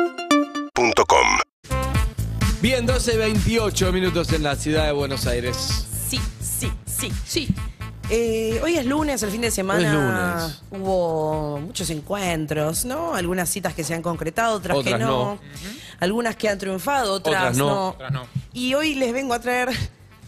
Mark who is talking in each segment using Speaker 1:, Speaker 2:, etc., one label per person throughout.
Speaker 1: UrbanaPlayFM.com
Speaker 2: Bien, 12.28 minutos en la ciudad de Buenos Aires.
Speaker 3: Sí, sí, sí.
Speaker 4: Sí.
Speaker 3: Eh, hoy es lunes, el fin de semana
Speaker 2: Hoy es
Speaker 3: hubo muchos encuentros, ¿no? Algunas citas que se han concretado, otras,
Speaker 2: Otras
Speaker 3: que no.
Speaker 2: no.
Speaker 3: Algunas que han triunfado, otras,
Speaker 2: Otras no.
Speaker 4: Otras no.
Speaker 3: Y hoy les vengo a traer,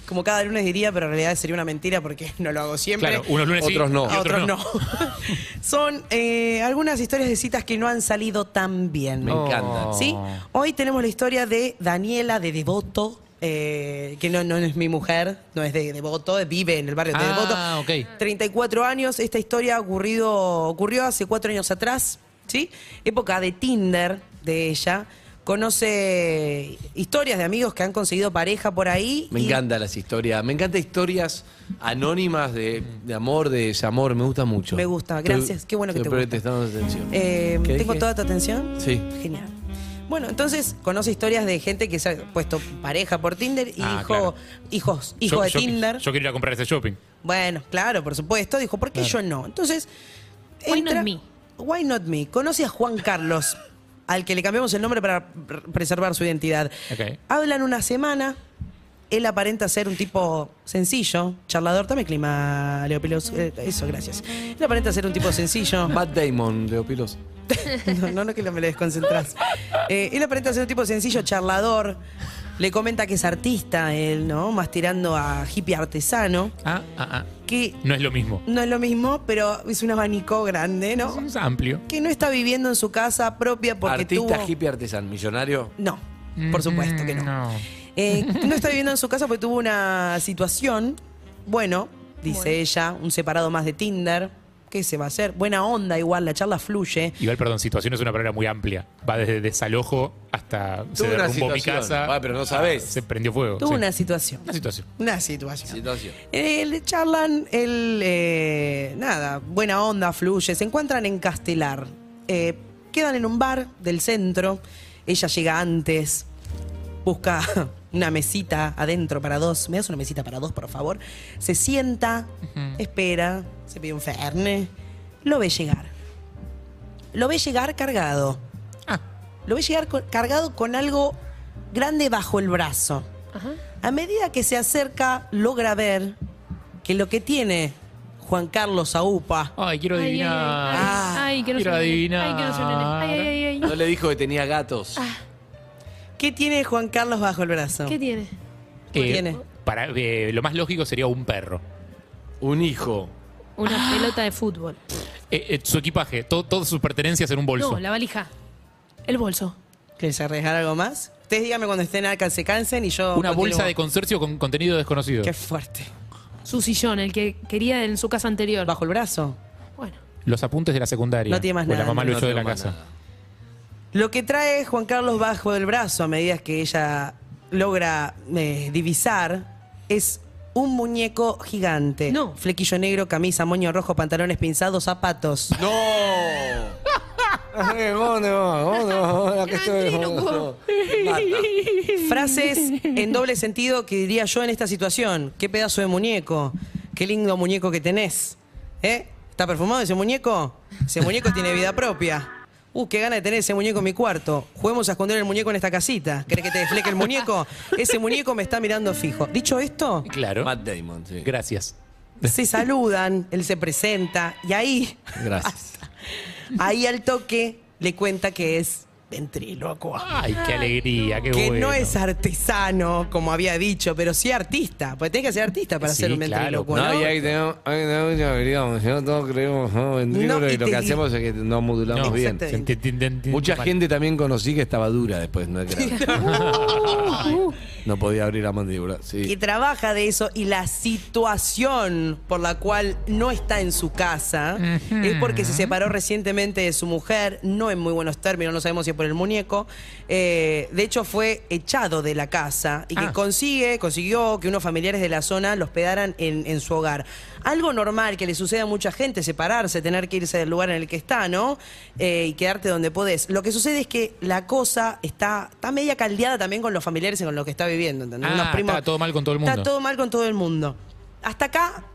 Speaker 3: como cada lunes diría, pero en realidad sería una mentira porque no lo hago siempre.
Speaker 4: Claro, unos lunes sí,
Speaker 2: Otros no.
Speaker 3: A
Speaker 4: y
Speaker 2: otros
Speaker 3: otros no. Son eh, algunas historias de citas que no han salido tan bien.
Speaker 2: Me encanta.
Speaker 3: ¿Sí?
Speaker 4: Oh.
Speaker 3: Hoy tenemos la historia de Daniela de Devoto, eh, que no, no es mi mujer, no es de Devoto, vive en el barrio de Devoto.
Speaker 4: Ah, ok.
Speaker 3: 34 años, esta historia ocurrido, ocurrió hace cuatro años atrás, ¿sí? Época de Tinder de ella. Conoce historias de amigos que han conseguido pareja por ahí.
Speaker 2: Me
Speaker 3: y-
Speaker 2: encantan las historias. Me encantan historias anónimas de, de amor, de desamor. Me gusta mucho.
Speaker 3: Me gusta,
Speaker 2: Estoy-
Speaker 3: gracias. Qué bueno que te
Speaker 2: estoy
Speaker 3: gusta.
Speaker 2: prestando atención.
Speaker 3: Eh,
Speaker 2: ¿Qué
Speaker 3: ¿Tengo
Speaker 2: dije?
Speaker 3: toda tu atención?
Speaker 2: Sí.
Speaker 3: Genial. Bueno, entonces conoce historias de gente que se ha puesto pareja por Tinder y
Speaker 4: Ah,
Speaker 3: dijo,
Speaker 4: claro.
Speaker 3: hijos, hijo
Speaker 4: Yo-
Speaker 3: de
Speaker 4: yo-
Speaker 3: Tinder.
Speaker 4: Yo quería ir a comprar ese shopping.
Speaker 3: Bueno, claro, por supuesto. Dijo, ¿por qué yo no? Entonces.
Speaker 4: Why not me?
Speaker 3: Why not me? Conoce a Juan Carlos, al que le cambiamos el nombre para pr- preservar su identidad.
Speaker 4: Ok.
Speaker 3: Hablan una semana. Él aparenta ser un tipo sencillo, charlador. Dame clima, Leopilos. Eh, eso, gracias. Él aparenta ser un tipo sencillo.
Speaker 2: Matt Damon, Leopilos.
Speaker 3: No, no, no que lo- me lo desconcentrás. Eh, él aparenta ser un tipo sencillo, charlador. Le comenta que es artista él, ¿no? Más tirando a hippie artesano.
Speaker 4: Ah, ah, ah.
Speaker 3: Que
Speaker 4: No es lo mismo.
Speaker 3: no es lo mismo, pero es un abanico grande, ¿no?
Speaker 4: Es amplio.
Speaker 3: Que no está viviendo en su casa propia porque
Speaker 2: Artista
Speaker 3: tuvo...
Speaker 2: hippie artesano. Millonario.
Speaker 3: No, por supuesto que no.
Speaker 4: Mm,
Speaker 3: Eh, no está viviendo en su casa porque tuvo una situación, bueno, dice ella, un separado más de Tinder. ¿Qué se va a hacer? Buena onda igual, la charla fluye.
Speaker 4: Igual, perdón, situación es una palabra muy amplia. Va desde desalojo hasta se
Speaker 2: Tuve una
Speaker 4: derrumbó mi
Speaker 2: situación.
Speaker 4: casa.
Speaker 2: Ah, pero no sabés.
Speaker 4: Se prendió fuego.
Speaker 3: Tuvo
Speaker 4: sí.
Speaker 3: una situación.
Speaker 4: Una situación.
Speaker 3: Una situación.
Speaker 2: Situación.
Speaker 3: Eh, le charlan, el eh, nada, buena onda, fluye. Se encuentran en Castelar. Eh, quedan en un bar del centro. Ella llega antes, busca una mesita adentro para dos. ¿Me das una mesita para dos, por favor? Se sienta, espera, se pide un ferne. Lo ve llegar. Lo ve llegar cargado.
Speaker 4: Ah.
Speaker 3: Lo ve llegar co- cargado con algo grande bajo el brazo. A medida que se acerca, logra ver que lo que tiene Juan Carlos Aupa.
Speaker 4: Ay, quiero
Speaker 5: Ay,
Speaker 4: adivinar.
Speaker 5: Ay,
Speaker 3: Ah,
Speaker 5: ay, ay, ay, que no
Speaker 4: quiero
Speaker 5: se me nene.
Speaker 4: adivinar.
Speaker 5: Ay, que no se me nene. Ay, ay, ay,
Speaker 2: No le dijo que tenía gatos.
Speaker 3: Ah. ¿Qué tiene Juan Carlos bajo el brazo?
Speaker 5: ay. ¿Qué tiene?
Speaker 3: ¿Qué tiene?
Speaker 4: Para, eh, lo más lógico sería un perro.
Speaker 2: Un hijo.
Speaker 5: Una
Speaker 4: Ah.
Speaker 5: pelota de fútbol.
Speaker 4: Eh, eh, su equipaje, to- todas sus pertenencias en un bolso.
Speaker 5: No, la valija. El bolso.
Speaker 3: ¿Quieres arriesgar algo más? Ustedes díganme cuando estén acá, se cansen y yo.
Speaker 4: una
Speaker 3: continúo.
Speaker 4: bolsa de consorcio con contenido desconocido.
Speaker 3: Qué fuerte.
Speaker 5: Su sillón, el que quería en su casa anterior.
Speaker 3: Bajo el brazo.
Speaker 5: Bueno.
Speaker 4: Los apuntes de la secundaria.
Speaker 3: No tiene más
Speaker 4: Pues
Speaker 3: nada,
Speaker 4: La mamá
Speaker 3: no,
Speaker 4: lo
Speaker 2: No
Speaker 4: echó de
Speaker 2: tengo
Speaker 4: la
Speaker 2: más
Speaker 4: casa.
Speaker 2: nada.
Speaker 3: Lo que trae Juan Carlos bajo el brazo a medida que ella logra eh, divisar es un muñeco gigante.
Speaker 5: No.
Speaker 3: Flequillo negro, camisa, moño rojo, pantalones pinzados, zapatos.
Speaker 2: ¡No! Eh, vos no, vos no, acá estoy, vos no. Mata.
Speaker 3: Frases en doble sentido que diría yo en esta situación. Qué pedazo de muñeco. Qué lindo muñeco que tenés. ¿Eh? ¿Está perfumado ese muñeco? Ese muñeco tiene vida propia. Uh, qué gana de tener ese muñeco en mi cuarto. Juguemos a esconder el muñeco en esta casita. ¿Querés que te desfleque el muñeco? Ese muñeco me está mirando fijo. Dicho esto,
Speaker 4: Claro.
Speaker 2: Matt Damon, sí.
Speaker 4: Gracias.
Speaker 3: se saludan, él se presenta y ahí,
Speaker 2: Gracias.
Speaker 3: ahí al toque le cuenta que es ventrílocuo.
Speaker 4: Ay, qué alegría, qué
Speaker 3: que
Speaker 4: bueno.
Speaker 3: no es artesano, como había dicho, pero sí artista. Porque tenés que ser artista para
Speaker 4: Sí,
Speaker 3: ser un
Speaker 4: claro.
Speaker 3: ventríloco,
Speaker 2: No,
Speaker 3: ¿no?
Speaker 2: y ahí tenemos, ahí tenemos mucha habilidad. porque si no, todos creemos ¿no? ventrículo
Speaker 3: No, y
Speaker 2: y lo
Speaker 3: te-
Speaker 2: que hacemos es que nos modulamos
Speaker 4: No,
Speaker 2: bien.
Speaker 3: Exacto.
Speaker 4: se enti- enti- enti-
Speaker 2: Mucha
Speaker 4: mal.
Speaker 2: gente también conocí que estaba dura después, no, es grave. no podía abrir la mandíbula.
Speaker 3: Que
Speaker 2: Sí.
Speaker 3: trabaja de eso y la situación por la cual no está en su casa es porque se separó recientemente de su mujer, no en muy buenos términos, no sabemos si es por el muñeco. Eh, de hecho, fue echado de la casa y que
Speaker 4: Ah.
Speaker 3: consigue, consiguió que unos familiares de la zona los pedaran en, en su hogar. Algo normal que le sucede a mucha gente, separarse, tener que irse del lugar en el que está, ¿no? Eh, y quedarte donde podés. Lo que sucede es que la cosa está, está media caldeada también con los familiares y con lo que está viviendo, ¿entendés?
Speaker 4: Ah,
Speaker 3: Unos primos-
Speaker 4: está todo mal con todo el mundo.
Speaker 3: Está todo mal con todo el mundo. Hasta acá,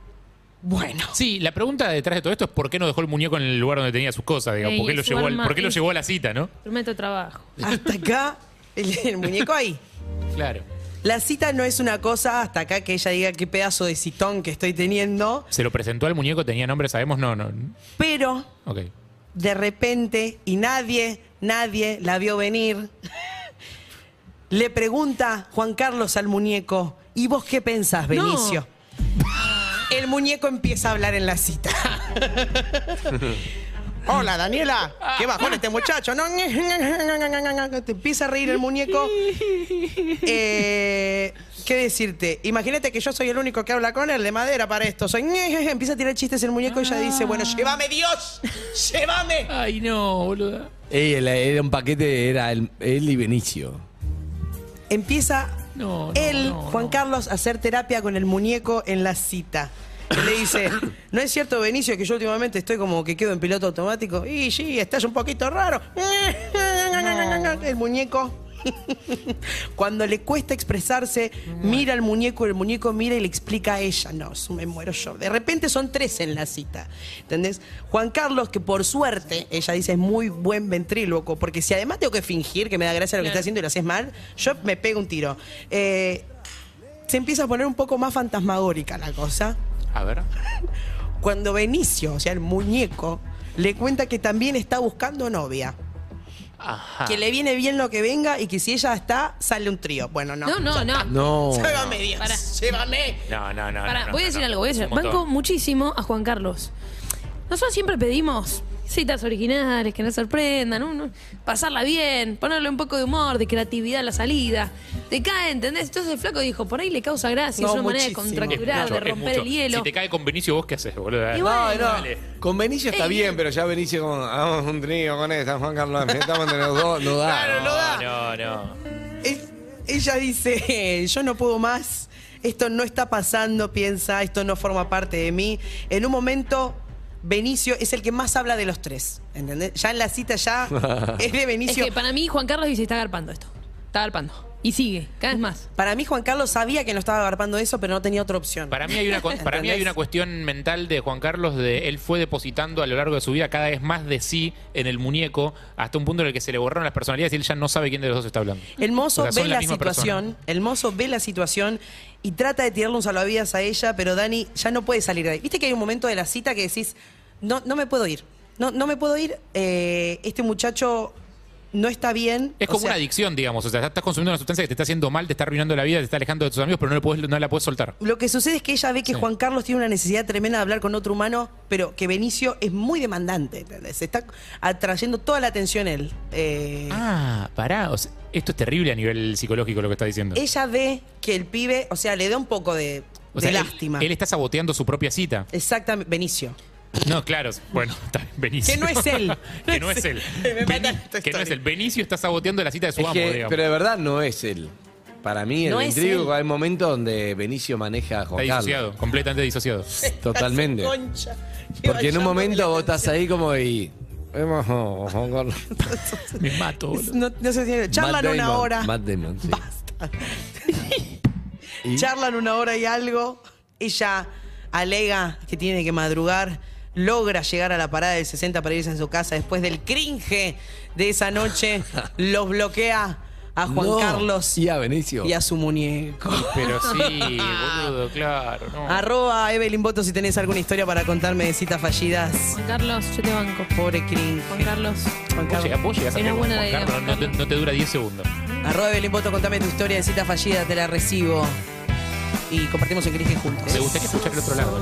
Speaker 3: Bueno.
Speaker 4: Sí, la pregunta detrás de todo esto es por qué no dejó el muñeco en el lugar donde tenía sus cosas, digamos.
Speaker 5: Ey,
Speaker 4: ¿Por qué, lo
Speaker 5: su
Speaker 4: llevó, al-
Speaker 5: arma
Speaker 4: ¿por qué lo
Speaker 5: es-
Speaker 4: llevó a la cita, no?
Speaker 5: Instrumento de trabajo.
Speaker 3: Hasta acá, el, el muñeco ahí.
Speaker 4: Claro.
Speaker 3: La cita no es una cosa hasta acá que ella diga qué pedazo de citón que estoy teniendo,
Speaker 4: ¿Se lo presentó al muñeco? ¿Tenía nombre? ¿Sabemos? No, no.
Speaker 3: pero
Speaker 4: Ok.
Speaker 3: de repente, y nadie, nadie la vio venir, le pregunta Juan Carlos al muñeco, ¿y vos qué pensás, Benicio? El muñeco empieza a hablar en la cita. Hola, Daniela. ¿Qué bajón este muchacho? ¿no? Te empieza a reír el muñeco. Eh, ¿Qué decirte? Imagínate que yo soy el único que habla con él de madera para esto. Soy... Empieza a tirar chistes el muñeco y ella dice, bueno, llévame Dios, llévame.
Speaker 4: Ay, no, boluda.
Speaker 2: Ey, el- era un paquete, era el- él y Benicio.
Speaker 3: Empieza
Speaker 4: No, no,
Speaker 3: él,
Speaker 4: no,
Speaker 3: Juan
Speaker 4: no.
Speaker 3: Carlos, a hacer terapia con el muñeco en la cita. Y Le dice, ¿no es cierto, Benicio, que yo últimamente estoy como que quedo en piloto automático? Y sí, estás un poquito raro. El muñeco. Cuando le cuesta expresarse, mira al muñeco, el muñeco mira y le explica a ella. No, eso me muero yo. De repente son tres en la cita. ¿Entendés? Juan Carlos, que por suerte, ella dice, es muy buen ventríloco, porque si además tengo que fingir que me da gracia lo que
Speaker 5: Claro.
Speaker 3: está haciendo y lo haces mal, yo me pego un tiro. Eh, se empieza a poner un poco más fantasmagórica la cosa.
Speaker 4: A ver.
Speaker 3: Cuando Benicio, o sea, el muñeco, le cuenta que también está buscando novia.
Speaker 4: Ajá.
Speaker 3: Que le viene bien lo que venga y que si ella está, sale un trío. Bueno, no.
Speaker 5: No, no, no.
Speaker 2: No.
Speaker 3: Llévame, Dios.
Speaker 5: Pará.
Speaker 3: Llévame.
Speaker 4: No, no, no.
Speaker 5: Pará,
Speaker 4: no, no,
Speaker 5: voy a
Speaker 4: no,
Speaker 5: decir
Speaker 4: no.
Speaker 5: algo, voy a decir.
Speaker 4: Un montón.
Speaker 5: Banco muchísimo a Juan Carlos. Nosotros siempre pedimos citas originales, que nos sorprendan, un- un- pasarla bien, ponerle un poco de humor, de creatividad a la salida. Te cae, ¿entendés? Entonces el flaco dijo, por ahí le causa gracia,
Speaker 3: No,
Speaker 5: es una manera de
Speaker 3: muchísimo.
Speaker 4: Es
Speaker 5: contracturar,
Speaker 4: mucho,
Speaker 5: de
Speaker 4: es
Speaker 5: romper
Speaker 4: mucho.
Speaker 5: el hielo.
Speaker 4: Si te cae con Benicio, ¿vos qué haces, boludo?
Speaker 5: Y
Speaker 2: No,
Speaker 5: bueno. Eh,
Speaker 2: no. Con Benicio está
Speaker 5: Ey.
Speaker 2: bien, pero ya Benicio con, hagamos un trío con esta, Juan Carlos, estamos entre los dos, no da.
Speaker 3: Claro, no da.
Speaker 4: No, no.
Speaker 3: Es- ella dice, yo no puedo más, esto no está pasando, piensa, esto no forma parte de mí. En un momento, Benicio es el que más habla de los tres, ¿entendés? Ya en la cita ya es de
Speaker 5: Es
Speaker 3: Benicio.
Speaker 5: que para mí Juan Carlos dice, está garpando esto. Está garpando. Y sigue, cada vez más.
Speaker 3: Para mí Juan Carlos sabía que no estaba agarpando eso, pero no tenía otra opción.
Speaker 4: Para mí, hay una, cu- para mí hay
Speaker 3: ¿Entendés?
Speaker 4: una cuestión mental de Juan Carlos de él fue depositando a lo largo de su vida cada vez más de sí en el muñeco hasta un punto en el que se le borraron las personalidades y él ya no sabe quién de los dos está hablando.
Speaker 3: El mozo
Speaker 4: O sea, son
Speaker 3: ve
Speaker 4: la
Speaker 3: la,
Speaker 4: misma
Speaker 3: situación, el mozo ve la situación y trata de tirarle un salvavidas a ella, pero Dani ya no puede salir de ahí. Viste que hay un momento de la cita que decís, no, no me puedo ir, no, no me puedo ir, eh, este muchacho no está bien.
Speaker 4: Es
Speaker 3: o
Speaker 4: como
Speaker 3: sea,
Speaker 4: una adicción, digamos. O sea, estás consumiendo una sustancia que te está haciendo mal, te está arruinando la vida, te está alejando de tus amigos, pero no, le podés- no la puedes soltar.
Speaker 3: Lo que sucede es que ella ve que Juan Carlos tiene una necesidad tremenda de hablar con otro humano, pero que Benicio es muy demandante, ¿entendés? Se está atrayendo toda la atención él. Eh,
Speaker 4: Ah, pará. O sea, esto es terrible a nivel psicológico lo que está diciendo.
Speaker 3: Ella ve que el pibe, o sea, le da un poco de,
Speaker 4: O
Speaker 3: de
Speaker 4: sea, él-
Speaker 3: lástima.
Speaker 4: Él, está saboteando su propia cita.
Speaker 3: Exactamente, Benicio.
Speaker 4: No, claro. Bueno, está bien, Benicio.
Speaker 3: Que no es él.
Speaker 4: que no es él.
Speaker 3: Me mata
Speaker 4: Beni-
Speaker 3: esta
Speaker 4: que no es
Speaker 3: historia.
Speaker 4: él. Benicio está saboteando la cita de su
Speaker 2: Es
Speaker 4: amo,
Speaker 2: que-
Speaker 4: digamos.
Speaker 2: pero de verdad no es él. Para mí, el
Speaker 3: No es
Speaker 2: intrigo,
Speaker 3: él.
Speaker 2: hay momentos donde Benicio maneja a Juan
Speaker 4: Está
Speaker 2: Carlos.
Speaker 4: disociado, completamente disociado.
Speaker 2: Totalmente.
Speaker 3: Hace concha.
Speaker 2: Porque en
Speaker 3: Vaya
Speaker 2: un momento
Speaker 3: con
Speaker 2: vos
Speaker 3: la
Speaker 2: estás ahí como y. eh, vemos, oh, Juan Carlos.
Speaker 4: Me mato, boludo.
Speaker 3: No, no se tiene- Charlan
Speaker 2: Matt Damon,
Speaker 3: una hora.
Speaker 2: Matt Damon, sí.
Speaker 3: Basta.
Speaker 2: ¿Y?
Speaker 3: Charlan una hora y algo. Ella alega que tiene que madrugar. Logra llegar a la parada del 60 para irse a su casa después del cringe de esa noche. Los bloquea a Juan
Speaker 2: No,
Speaker 3: Carlos
Speaker 2: Y a Benicio.
Speaker 3: y a su muñeco.
Speaker 4: Pero sí, boludo, claro. no.
Speaker 3: Arroba Evelyn Boto si tenés alguna historia para contarme de citas fallidas.
Speaker 5: Juan Carlos, yo te banco.
Speaker 3: Pobre cringe.
Speaker 5: Juan Carlos.
Speaker 3: Juan
Speaker 4: Vos llegás, vos llegás a
Speaker 5: Era
Speaker 4: Juan
Speaker 5: buena la idea,
Speaker 4: Carlos,
Speaker 5: Juan
Speaker 4: no, te,
Speaker 5: Carlos.
Speaker 4: no te dura 10 segundos.
Speaker 3: Arroba Belén Boto, contame tu historia de cita fallida, te la recibo. Y compartimos el cringe juntos.
Speaker 4: Me gustaría escuchar el otro lado.